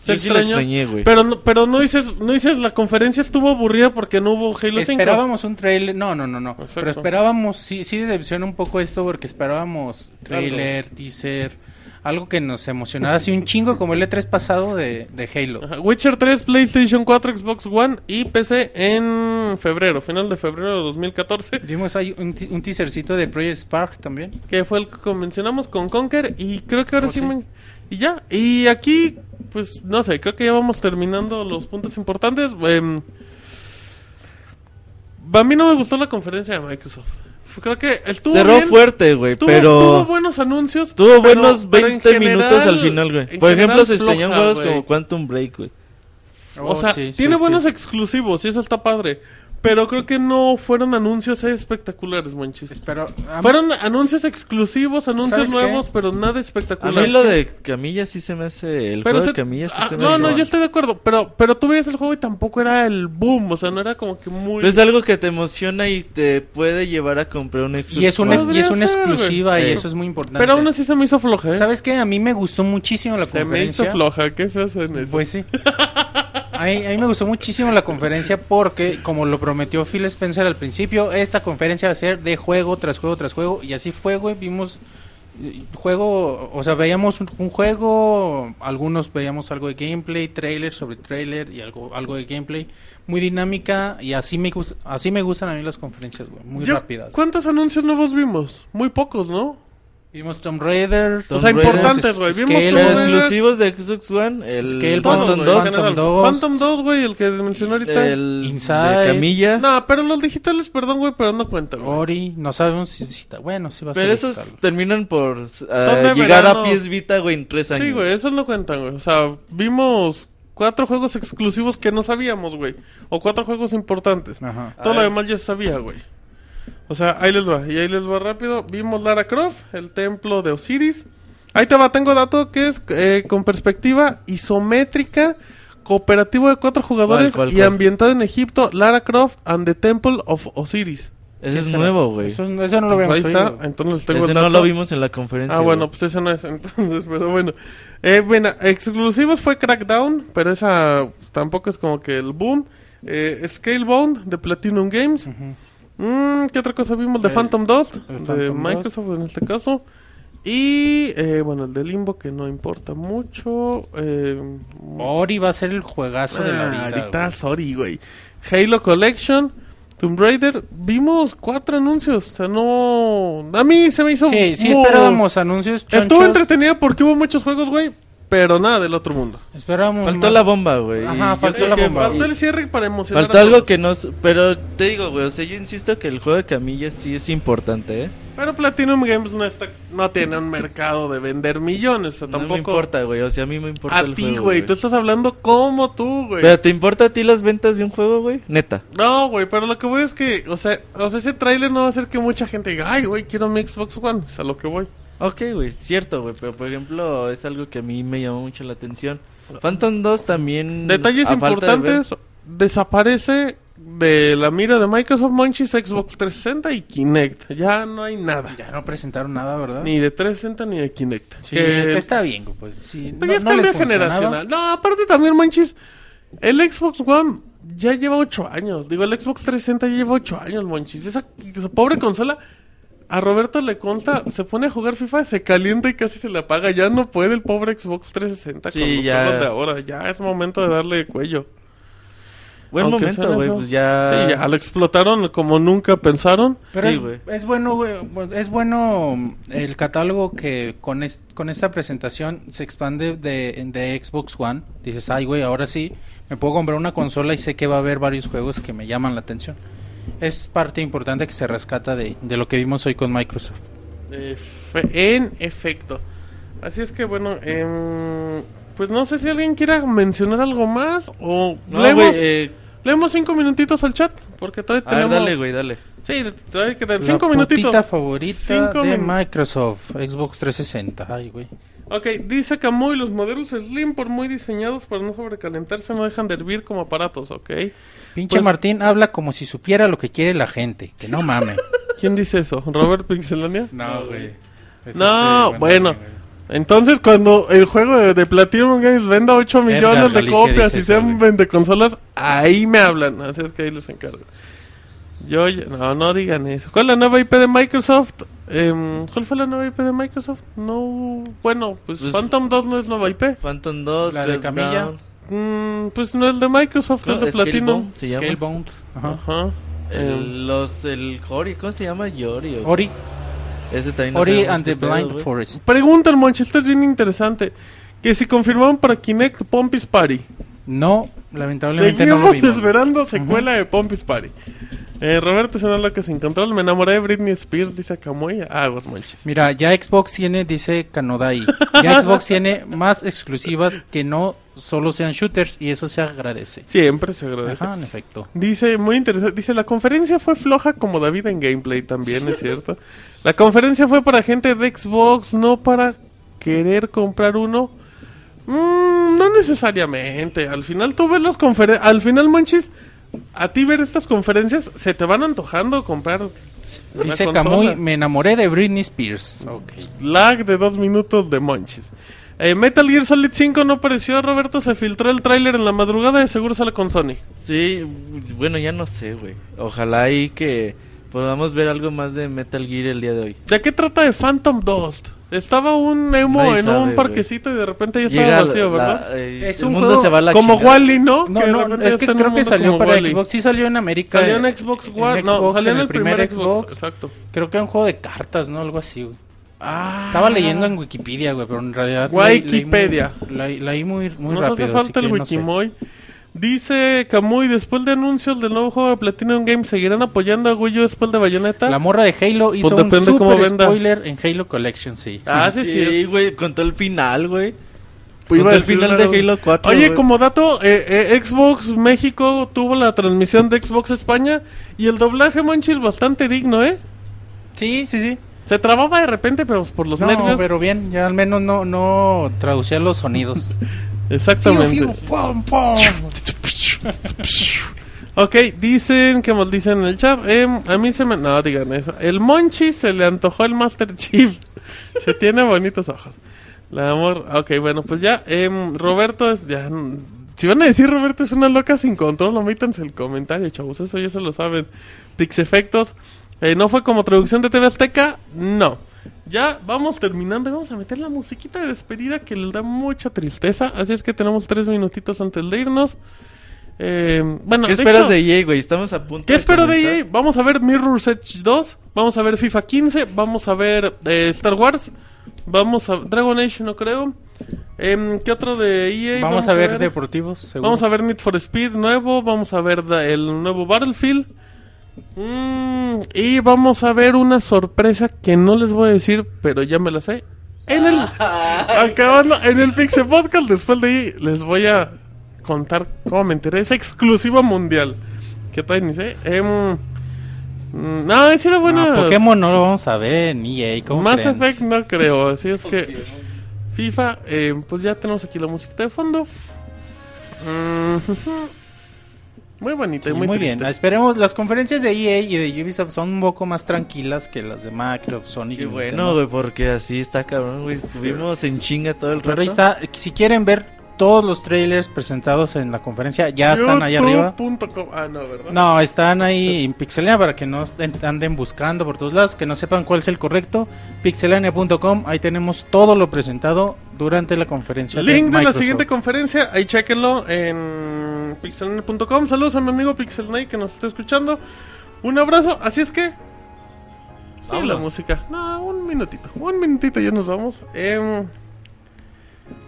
[SPEAKER 1] Se
[SPEAKER 3] güey. Yo sí lo
[SPEAKER 1] extrañó.
[SPEAKER 3] extrañé, güey.
[SPEAKER 1] Pero, no, pero no dices, no dices, la conferencia estuvo aburrida porque no hubo Halo 5.
[SPEAKER 2] Esperábamos un trailer, no, no, no, no.
[SPEAKER 1] Exacto.
[SPEAKER 2] Pero esperábamos, sí, sí decepciona un poco esto porque esperábamos trailer, teaser, algo que nos emocionara así un chingo como el E3 pasado de, de Halo.
[SPEAKER 1] Ajá, Witcher 3, PlayStation 4, Xbox One y PC en febrero, final de febrero de 2014.
[SPEAKER 2] Dimos ahí un, ti- un teasercito de Project Spark también.
[SPEAKER 1] que fue el que convencionamos con Conker y creo que ahora
[SPEAKER 2] Oh,
[SPEAKER 1] sí,
[SPEAKER 2] sí.
[SPEAKER 1] me- y ya y aquí pues no sé creo que ya vamos terminando los puntos importantes em, a mí no me gustó la conferencia de Microsoft F- creo que estuvo
[SPEAKER 3] Cerró
[SPEAKER 1] bien,
[SPEAKER 3] fuerte, güey,
[SPEAKER 1] estuvo-
[SPEAKER 3] pero...
[SPEAKER 1] tuvo buenos anuncios
[SPEAKER 3] Tuvo
[SPEAKER 1] pero-
[SPEAKER 3] buenos
[SPEAKER 1] pero en
[SPEAKER 3] 20 minutos
[SPEAKER 1] general-
[SPEAKER 3] al final, güey.
[SPEAKER 1] en
[SPEAKER 3] Por ejemplo,
[SPEAKER 1] general
[SPEAKER 3] se extrañaron
[SPEAKER 1] floja,
[SPEAKER 3] juegos
[SPEAKER 1] güey.
[SPEAKER 3] como Quantum Break, güey. Oh,
[SPEAKER 2] Oh,
[SPEAKER 1] o sea tiene buenos exclusivos y eso está padre pero creo que no fueron anuncios espectaculares manches
[SPEAKER 2] Espero. a mí-
[SPEAKER 1] fueron anuncios exclusivos anuncios
[SPEAKER 2] ¿Sabes qué?
[SPEAKER 1] nuevos pero nada
[SPEAKER 3] A
[SPEAKER 1] espectacular
[SPEAKER 3] mí lo de Camilla sí se me hace... El
[SPEAKER 1] Pero
[SPEAKER 3] juego de
[SPEAKER 1] se-
[SPEAKER 3] Camilla sí
[SPEAKER 1] ah,
[SPEAKER 3] se me
[SPEAKER 1] no,
[SPEAKER 3] hace...
[SPEAKER 1] no, yo estoy de acuerdo. Pero, pero tú veías el juego y tampoco era el boom. O sea, no era como que muy.
[SPEAKER 3] Pero Pues es algo que te emociona y te puede llevar a comprar un Xbox
[SPEAKER 2] Y es una,
[SPEAKER 3] One.
[SPEAKER 2] ex- y es una
[SPEAKER 1] Podría ser, güey.
[SPEAKER 2] exclusiva y
[SPEAKER 3] Sí.
[SPEAKER 2] eso es muy importante.
[SPEAKER 1] Pero aún así se me hizo floja, ¿eh?
[SPEAKER 2] ¿Sabes qué? A mí me gustó muchísimo la
[SPEAKER 1] Se me hizo
[SPEAKER 2] conferencia.
[SPEAKER 1] floja. Qué feo en eso.
[SPEAKER 2] Pues sí. A mí, a mí me gustó muchísimo la conferencia porque, como lo prometió Phil Spencer al principio, esta conferencia va a ser de juego tras juego tras juego. Y así fue, güey. Vimos eh, juego, o sea, veíamos un, un juego, algunos veíamos algo de gameplay, trailer sobre trailer y algo, algo de gameplay. Muy dinámica y así me, gus- así me gustan a mí las conferencias, güey. Muy
[SPEAKER 1] Yo-
[SPEAKER 2] rápidas.
[SPEAKER 1] ¿Cuántos anuncios nuevos vimos? Muy pocos, ¿no?
[SPEAKER 2] Vimos Tomb Raider.
[SPEAKER 1] O sea,
[SPEAKER 3] Tomb Raider,
[SPEAKER 1] importantes, güey. Vimos
[SPEAKER 2] Scale,
[SPEAKER 1] Tomb
[SPEAKER 3] Los
[SPEAKER 1] Raider,
[SPEAKER 3] exclusivos de Xbox One, el
[SPEAKER 2] Scale,
[SPEAKER 1] todos,
[SPEAKER 3] Phantom
[SPEAKER 1] güey,
[SPEAKER 3] 2,
[SPEAKER 1] en general.
[SPEAKER 2] Phantom 2.
[SPEAKER 1] Phantom 2, güey, el que mencioné ahorita.
[SPEAKER 3] el
[SPEAKER 2] Inside.
[SPEAKER 3] de Camilla.
[SPEAKER 1] No, pero los digitales, perdón, güey, pero no cuentan. güey.
[SPEAKER 2] Ori. No sabemos si si está- Bueno, sí va a
[SPEAKER 3] Pero
[SPEAKER 2] ser.
[SPEAKER 3] esos
[SPEAKER 2] digital.
[SPEAKER 3] terminan por ah,
[SPEAKER 1] Son de
[SPEAKER 3] llegar
[SPEAKER 1] verano.
[SPEAKER 3] a PS Vita, güey, en tres años.
[SPEAKER 1] Sí, güey, esos no cuentan, güey. O sea, vimos cuatro juegos exclusivos que no sabíamos, güey. O cuatro juegos importantes.
[SPEAKER 2] Ajá.
[SPEAKER 1] Todo lo
[SPEAKER 3] Ay.
[SPEAKER 1] demás ya se sabía, güey. O sea, ahí les va. Y ahí les va rápido. Vimos Lara Croft, el templo de Osiris. Ahí te va, tengo dato que es eh, con perspectiva isométrica, cooperativo de cuatro jugadores
[SPEAKER 3] cuál,
[SPEAKER 1] y
[SPEAKER 3] cuál?
[SPEAKER 1] ambientado en Egipto, Lara Croft and the Temple of Osiris.
[SPEAKER 3] Ese es nuevo, güey.
[SPEAKER 2] Eso, eso no lo
[SPEAKER 1] Pues
[SPEAKER 2] habíamos
[SPEAKER 1] ahí está,
[SPEAKER 2] oído.
[SPEAKER 1] entonces tengo
[SPEAKER 3] Ese
[SPEAKER 1] el
[SPEAKER 3] no
[SPEAKER 1] dato.
[SPEAKER 3] lo vimos en la conferencia.
[SPEAKER 1] Ah, bueno,
[SPEAKER 3] güey.
[SPEAKER 1] pues ese no es entonces, pero bueno. Eh, bueno, exclusivos fue Crackdown, pero esa tampoco es como que el boom. Eh, Scalebound de Platinum Games.
[SPEAKER 2] Ujú.
[SPEAKER 1] Mm, ¿Qué otra cosa vimos? De
[SPEAKER 2] El-
[SPEAKER 1] Phantom Dust,
[SPEAKER 2] el
[SPEAKER 1] de
[SPEAKER 2] Phantom
[SPEAKER 1] Microsoft en este caso. Y eh, bueno, el de Limbo que no importa mucho. Eh,
[SPEAKER 2] Ori va a ser el juegazo de la
[SPEAKER 1] ah,
[SPEAKER 2] vida.
[SPEAKER 1] ahorita,
[SPEAKER 2] Oh, güey.
[SPEAKER 1] sorry, güey. Halo Collection, Tomb Raider. Vimos cuatro anuncios, o sea, no. A mí se me hizo.
[SPEAKER 2] Sí, sí
[SPEAKER 1] muy-
[SPEAKER 2] esperábamos anuncios chonchos.
[SPEAKER 1] Estuvo entretenida porque hubo muchos juegos, güey, pero nada del otro mundo.
[SPEAKER 2] Esperábamos
[SPEAKER 3] Faltó
[SPEAKER 2] más.
[SPEAKER 3] la bomba, güey.
[SPEAKER 2] Ajá,
[SPEAKER 3] y yo
[SPEAKER 2] faltó
[SPEAKER 3] creo
[SPEAKER 2] la
[SPEAKER 3] que
[SPEAKER 2] bomba.
[SPEAKER 3] fal-
[SPEAKER 1] Faltó el cierre para emocionar.
[SPEAKER 3] Faltó
[SPEAKER 1] a
[SPEAKER 3] algo
[SPEAKER 1] todos.
[SPEAKER 3] que no... s- Pero te digo, güey, o sea, yo insisto que el juego de Camilla sí es importante, ¿eh?
[SPEAKER 1] Pero Platinum Games no, está, no tiene un mercado de vender millones, o sea,
[SPEAKER 3] No me
[SPEAKER 1] tampoco.
[SPEAKER 3] importa, güey, o sea, a mí me importa
[SPEAKER 1] a
[SPEAKER 3] el
[SPEAKER 1] ti,
[SPEAKER 3] juego,
[SPEAKER 1] güey. Tú estás hablando como tú, güey.
[SPEAKER 3] Pero ¿te importa a ti las ventas de un juego, güey? Neta.
[SPEAKER 1] No, güey, pero lo que voy es que, o sea, o sea, ese tráiler no va a hacer que mucha gente diga, ay, güey, quiero mi Xbox One, es a lo que voy.
[SPEAKER 3] Ok, güey, cierto, güey, pero por ejemplo es algo que a mí me llamó mucho la atención. Phantom 2 también...
[SPEAKER 1] Detalles
[SPEAKER 3] Mm, a falta de ver-
[SPEAKER 1] importantes, desaparece de la mira de Microsoft Munchies, Xbox 360 y Kinect. Ya no hay nada.
[SPEAKER 2] Ya no presentaron nada, ¿verdad?
[SPEAKER 1] Ni de 360 ni de Kinect.
[SPEAKER 2] Sí,
[SPEAKER 1] Que-
[SPEAKER 2] que está bien, pues. Sí,
[SPEAKER 1] Pues ya es
[SPEAKER 2] les
[SPEAKER 1] cambio
[SPEAKER 2] funcionaba.
[SPEAKER 1] generacional. No, aparte también, manches, el Xbox One ya lleva 8 años. Digo, el Xbox 360 ya lleva 8 años, manches. Esa, esa pobre consola, a Roberto le consta, se pone a jugar FIFA, se calienta y casi se le apaga. Ya no puede el pobre Xbox 360
[SPEAKER 3] Sí,
[SPEAKER 1] con los
[SPEAKER 3] ya.
[SPEAKER 1] juegos de ahora. Ya es momento de darle cuello.
[SPEAKER 3] Buen
[SPEAKER 1] Aunque
[SPEAKER 3] momento,
[SPEAKER 1] suene
[SPEAKER 3] güey,
[SPEAKER 1] feo.
[SPEAKER 3] pues ya...
[SPEAKER 1] Sí, ya lo explotaron como nunca pensaron.
[SPEAKER 2] Pero
[SPEAKER 3] Sí,
[SPEAKER 2] es-
[SPEAKER 3] güey.
[SPEAKER 2] es, bueno, güey, bu- es bueno mm, el catálogo que con, es- con esta presentación se expande de, en- de Xbox One. Dices, ay, güey, ahora sí me puedo comprar una consola y sé que va a haber varios juegos que me llaman la atención. Es parte importante que se rescata de, de lo que vimos hoy con Microsoft.
[SPEAKER 1] Efe- eh, en efecto. Así es que bueno, em, pues no sé si alguien quiera mencionar algo más o
[SPEAKER 3] No,
[SPEAKER 1] leemos,
[SPEAKER 3] güey, eh,
[SPEAKER 1] leemos cinco minutitos al chat porque todavía
[SPEAKER 3] a ver,
[SPEAKER 1] tenemos.
[SPEAKER 3] dale, güey, dale.
[SPEAKER 1] Sí, todavía quedan
[SPEAKER 2] La
[SPEAKER 1] cinco minutitos.
[SPEAKER 2] putita favorita
[SPEAKER 1] Cinco
[SPEAKER 2] de
[SPEAKER 1] min-
[SPEAKER 2] Microsoft, Xbox 360. Ay, güey.
[SPEAKER 1] Ok, dice Camuy, los modelos Slim por muy diseñados para no sobrecalentarse no dejan de hervir como aparatos, ok.
[SPEAKER 2] Pinche
[SPEAKER 1] Pues-
[SPEAKER 2] Martín habla como si supiera lo que quiere la gente. Que no mame.
[SPEAKER 1] ¿Quién dice eso? ¿Robert Pixelania?
[SPEAKER 2] no, güey.
[SPEAKER 1] No, este, bueno. Entonces, cuando el juego de, de Platinum Games venda 8
[SPEAKER 2] Verga,
[SPEAKER 1] millones de
[SPEAKER 2] Galicia
[SPEAKER 1] copias
[SPEAKER 2] dice
[SPEAKER 1] y
[SPEAKER 2] eso,
[SPEAKER 1] sean
[SPEAKER 2] güey.
[SPEAKER 1] vende consolas, ahí me hablan. Así es que ahí les encargo. Yo, ya- no, no digan eso. ¿Cuál es la nueva IP de Microsoft? Em, ¿Cuál fue la nueva IP de Microsoft? No, bueno, pues,
[SPEAKER 3] Pues-
[SPEAKER 1] Phantom 2 no es nueva IP.
[SPEAKER 3] Phantom 2,
[SPEAKER 2] La de
[SPEAKER 3] Crackdown.
[SPEAKER 2] Camilla.
[SPEAKER 1] Mm, pues no es de Microsoft, es de
[SPEAKER 3] Scalebound
[SPEAKER 1] Platinum.
[SPEAKER 3] se llama.
[SPEAKER 2] Scalebound. Ajá.
[SPEAKER 1] Ajá. Em,
[SPEAKER 3] El, los, el Ori, ¿cómo se llama? Yori. o-
[SPEAKER 2] Ori,
[SPEAKER 3] Ese también no
[SPEAKER 2] Ori
[SPEAKER 3] sabemos
[SPEAKER 2] and
[SPEAKER 3] qué
[SPEAKER 2] the
[SPEAKER 3] pedo,
[SPEAKER 2] Blind
[SPEAKER 3] güey.
[SPEAKER 2] Forest.
[SPEAKER 1] Pregunta el Manchester, es bien interesante. Que si confirmaron para Kinect Pompis Party.
[SPEAKER 2] No, lamentablemente no lo
[SPEAKER 1] Seguimos
[SPEAKER 2] vimos.
[SPEAKER 1] esperando secuela de Pompis Party. Eh, Roberto Senalo que se encontró. Me enamoré de Britney Spears, dice Camuy. Aguas, manches.
[SPEAKER 2] Mira, ya Xbox tiene, dice Kanodai, ya Xbox tiene más exclusivas que no solo sean shooters y eso se agradece.
[SPEAKER 1] Siempre se agradece.
[SPEAKER 2] Ajá, en efecto.
[SPEAKER 1] Dice, muy interesante. Dice, la conferencia fue floja como David en gameplay también, es cierto. La conferencia fue para gente de Xbox, no para querer comprar uno. Mm, no necesariamente. Al final tú ves las conferencias. Al final, manches, a ti ver estas conferencias se te van antojando comprar. una
[SPEAKER 2] Dice
[SPEAKER 1] consola.
[SPEAKER 2] Camuy, me enamoré de Britney Spears. Ok.
[SPEAKER 1] Lag de dos minutos de monches. Eh, Metal Gear Solid 5 no apareció, Roberto. Se filtró el tráiler en la madrugada y seguro sale con Sony.
[SPEAKER 3] Sí, bueno, ya no sé, güey. Ojalá y que podamos ver algo más de Metal Gear el día de hoy.
[SPEAKER 1] ¿De qué trata de Phantom Dust? Estaba un emo
[SPEAKER 3] Nadie
[SPEAKER 1] en
[SPEAKER 3] sabe,
[SPEAKER 1] un
[SPEAKER 3] güey.
[SPEAKER 1] parquecito y de repente ya estaba
[SPEAKER 3] Llega
[SPEAKER 1] vacío,
[SPEAKER 3] la-
[SPEAKER 1] ¿verdad?
[SPEAKER 3] eh,
[SPEAKER 2] Es
[SPEAKER 3] el
[SPEAKER 2] un
[SPEAKER 3] mundo
[SPEAKER 2] juego
[SPEAKER 3] se va a la
[SPEAKER 1] como
[SPEAKER 3] chingada.
[SPEAKER 1] Wally, ¿no?
[SPEAKER 2] No,
[SPEAKER 1] de
[SPEAKER 2] no,
[SPEAKER 1] repente
[SPEAKER 2] es
[SPEAKER 1] ya
[SPEAKER 2] que
[SPEAKER 1] está en
[SPEAKER 2] creo
[SPEAKER 1] un
[SPEAKER 2] que
[SPEAKER 1] mundo
[SPEAKER 2] salió
[SPEAKER 1] como
[SPEAKER 2] para
[SPEAKER 1] Wall-E.
[SPEAKER 2] Xbox, sí salió en América.
[SPEAKER 1] Salió en Xbox One, no,
[SPEAKER 2] Xbox,
[SPEAKER 1] salió en el primer Xbox. Exacto.
[SPEAKER 2] Creo que era un juego de cartas, ¿no? Algo así, güey.
[SPEAKER 1] Ah,
[SPEAKER 2] Estaba leyendo en Wikipedia, güey, pero en realidad. la-
[SPEAKER 1] Wikipedia.
[SPEAKER 2] La, leí muy- la- la leí muy, muy
[SPEAKER 1] Nos
[SPEAKER 2] rápido.
[SPEAKER 1] hace
[SPEAKER 2] así
[SPEAKER 1] falta el
[SPEAKER 2] que no sé.
[SPEAKER 1] Wikimoy. Dice Camuy, después de anuncios del nuevo juego de Platinum Games, ¿seguirán apoyando a Guyo después de Bayonetta?
[SPEAKER 2] La morra de Halo hizo
[SPEAKER 1] Pues depende
[SPEAKER 2] un
[SPEAKER 1] cómo
[SPEAKER 2] super
[SPEAKER 1] venda.
[SPEAKER 2] spoiler en Halo Collection, sí.
[SPEAKER 1] Ah, sí, sí.
[SPEAKER 3] Sí, güey, contó el final, güey.
[SPEAKER 1] Pues iba a
[SPEAKER 3] Contó el
[SPEAKER 1] decir
[SPEAKER 3] final
[SPEAKER 1] una-
[SPEAKER 3] de Halo 4.
[SPEAKER 1] Oye,
[SPEAKER 3] güey.
[SPEAKER 1] como dato, eh, eh, Xbox México tuvo la transmisión de Xbox España y el doblaje, Monchis, bastante digno, ¿eh?
[SPEAKER 2] Sí, sí, sí.
[SPEAKER 1] Se trababa de repente, pero pues, por los
[SPEAKER 2] no,
[SPEAKER 1] nervios.
[SPEAKER 2] pero bien, ya al menos no, no traducía los sonidos.
[SPEAKER 1] Exactamente.
[SPEAKER 2] Fiu, fiu, pum, pum.
[SPEAKER 1] Ok, dicen que nos dicen en el chat. em, a mí se me. No, digan eso. El Monchi se le antojó el Master Chief. se tiene bonitos ojos. La amor. Ok, bueno, pues ya. em, Roberto es. Ya, mm, si van a decir Roberto es una loca sin control, omítanse el comentario, chavos. Eso ya se lo saben. Pix Efectos. eh, ¿No fue como traducción de TV Azteca? No. Ya vamos terminando y vamos a meter la musiquita de despedida que le da mucha tristeza. Así es que tenemos tres minutitos antes de irnos. Em, bueno,
[SPEAKER 3] ¿Qué
[SPEAKER 1] de
[SPEAKER 3] esperas
[SPEAKER 1] hecho-
[SPEAKER 3] de EA, güey? Estamos a punto
[SPEAKER 1] ¿Qué espero de EA?
[SPEAKER 3] comenzar.
[SPEAKER 1] Vamos a ver Mirror's Edge 2, vamos a ver FIFA 15, vamos a ver eh, Star Wars, vamos a Dragon Age, no creo. Em, ¿Qué otro de EA?
[SPEAKER 2] Vamos a ver deportivos, seguro.
[SPEAKER 1] Vamos a ver Need for Speed nuevo, vamos a ver da- el nuevo Battlefield. Mm, y vamos a ver una sorpresa que no les voy a decir, pero ya me la sé. En el acabando en el Pixel Podcast después de ahí les voy a contar cómo me enteré, es exclusiva mundial. ¿Qué tal ni sé? Em, mm, no, es una buena.
[SPEAKER 2] No, Pokémon no lo vamos a ver en EA. ¿cómo
[SPEAKER 1] Mass
[SPEAKER 2] creen?
[SPEAKER 1] Effect no creo, así es que FIFA, eh, pues ya tenemos aquí la musiquita de fondo. Mm, ujú. Muy bonita
[SPEAKER 2] Sí,
[SPEAKER 1] y muy,
[SPEAKER 2] muy bien,
[SPEAKER 1] triste.
[SPEAKER 2] esperemos. Las conferencias de EA y de Ubisoft son un poco más tranquilas que las de Microsoft, Sony.
[SPEAKER 3] Qué
[SPEAKER 2] y
[SPEAKER 3] bueno,
[SPEAKER 2] Nintendo.
[SPEAKER 3] güey, porque así está cabrón, güey. Estuvimos en chinga todo el rato.
[SPEAKER 2] Pero ahí está. Si quieren ver todos los trailers presentados en la conferencia, ya están ahí arriba.
[SPEAKER 1] YouTube.com. Ah, no, ¿verdad?
[SPEAKER 2] No, están ahí en Pixelania para que no estén- anden buscando por todos lados, que no sepan cuál es el correcto. Pixelania.com, ahí tenemos todo lo presentado durante la conferencia.
[SPEAKER 1] Link de la
[SPEAKER 2] Microsoft.
[SPEAKER 1] siguiente conferencia, ahí chequenlo en pixelnet.com. Saludos a mi amigo Pixelnay que nos está escuchando. Un abrazo, así es que. Sí, la
[SPEAKER 2] Vámonos.
[SPEAKER 1] música. No, un minutito. Un minutito ya nos vamos. Em,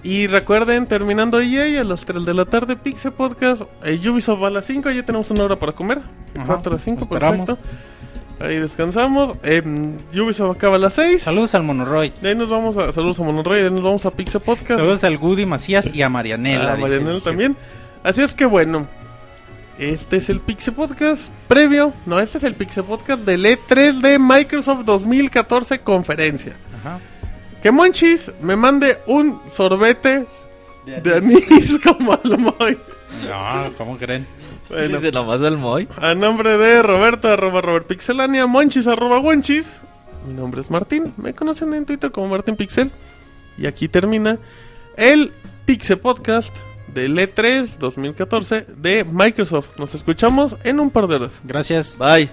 [SPEAKER 1] y recuerden, terminando EA a las 3 de la tarde, Pixel Podcast. eh, Ubisoft va a las 5, ya tenemos una hora para comer.
[SPEAKER 2] Ajá,
[SPEAKER 1] 4 a 5,
[SPEAKER 2] esperamos.
[SPEAKER 1] perfecto. Ahí descansamos. Em, Ubisoft acaba a las 6.
[SPEAKER 2] Saludos al Monoroid.
[SPEAKER 1] De ahí nos vamos a. Saludos a Monorrey, de ahí nos vamos a Pixel Podcast.
[SPEAKER 2] Saludos al Goody Macías y a Marianela.
[SPEAKER 1] Ah,
[SPEAKER 2] dice
[SPEAKER 1] Marianela
[SPEAKER 2] el-
[SPEAKER 1] también. Así es que bueno, este es el Pixie Podcast previo. No, este es el Pixie Podcast del E3 de Microsoft 2014 conferencia.
[SPEAKER 2] Ajá.
[SPEAKER 1] Que Monchis me mande un sorbete de anís como al Moy.
[SPEAKER 2] No, ¿cómo creen?
[SPEAKER 1] Bueno,
[SPEAKER 3] Dice nomás al Moy.
[SPEAKER 1] a nombre de Roberto, arroba Robert Pixelania, Monchis, arroba Wonchis. Mi nombre es Martín. Me conocen en Twitter como Martín Pixel. Y aquí termina el Pixel Podcast E del E3 2014 de Microsoft. Nos escuchamos en un par de horas.
[SPEAKER 2] Gracias.
[SPEAKER 3] Bye.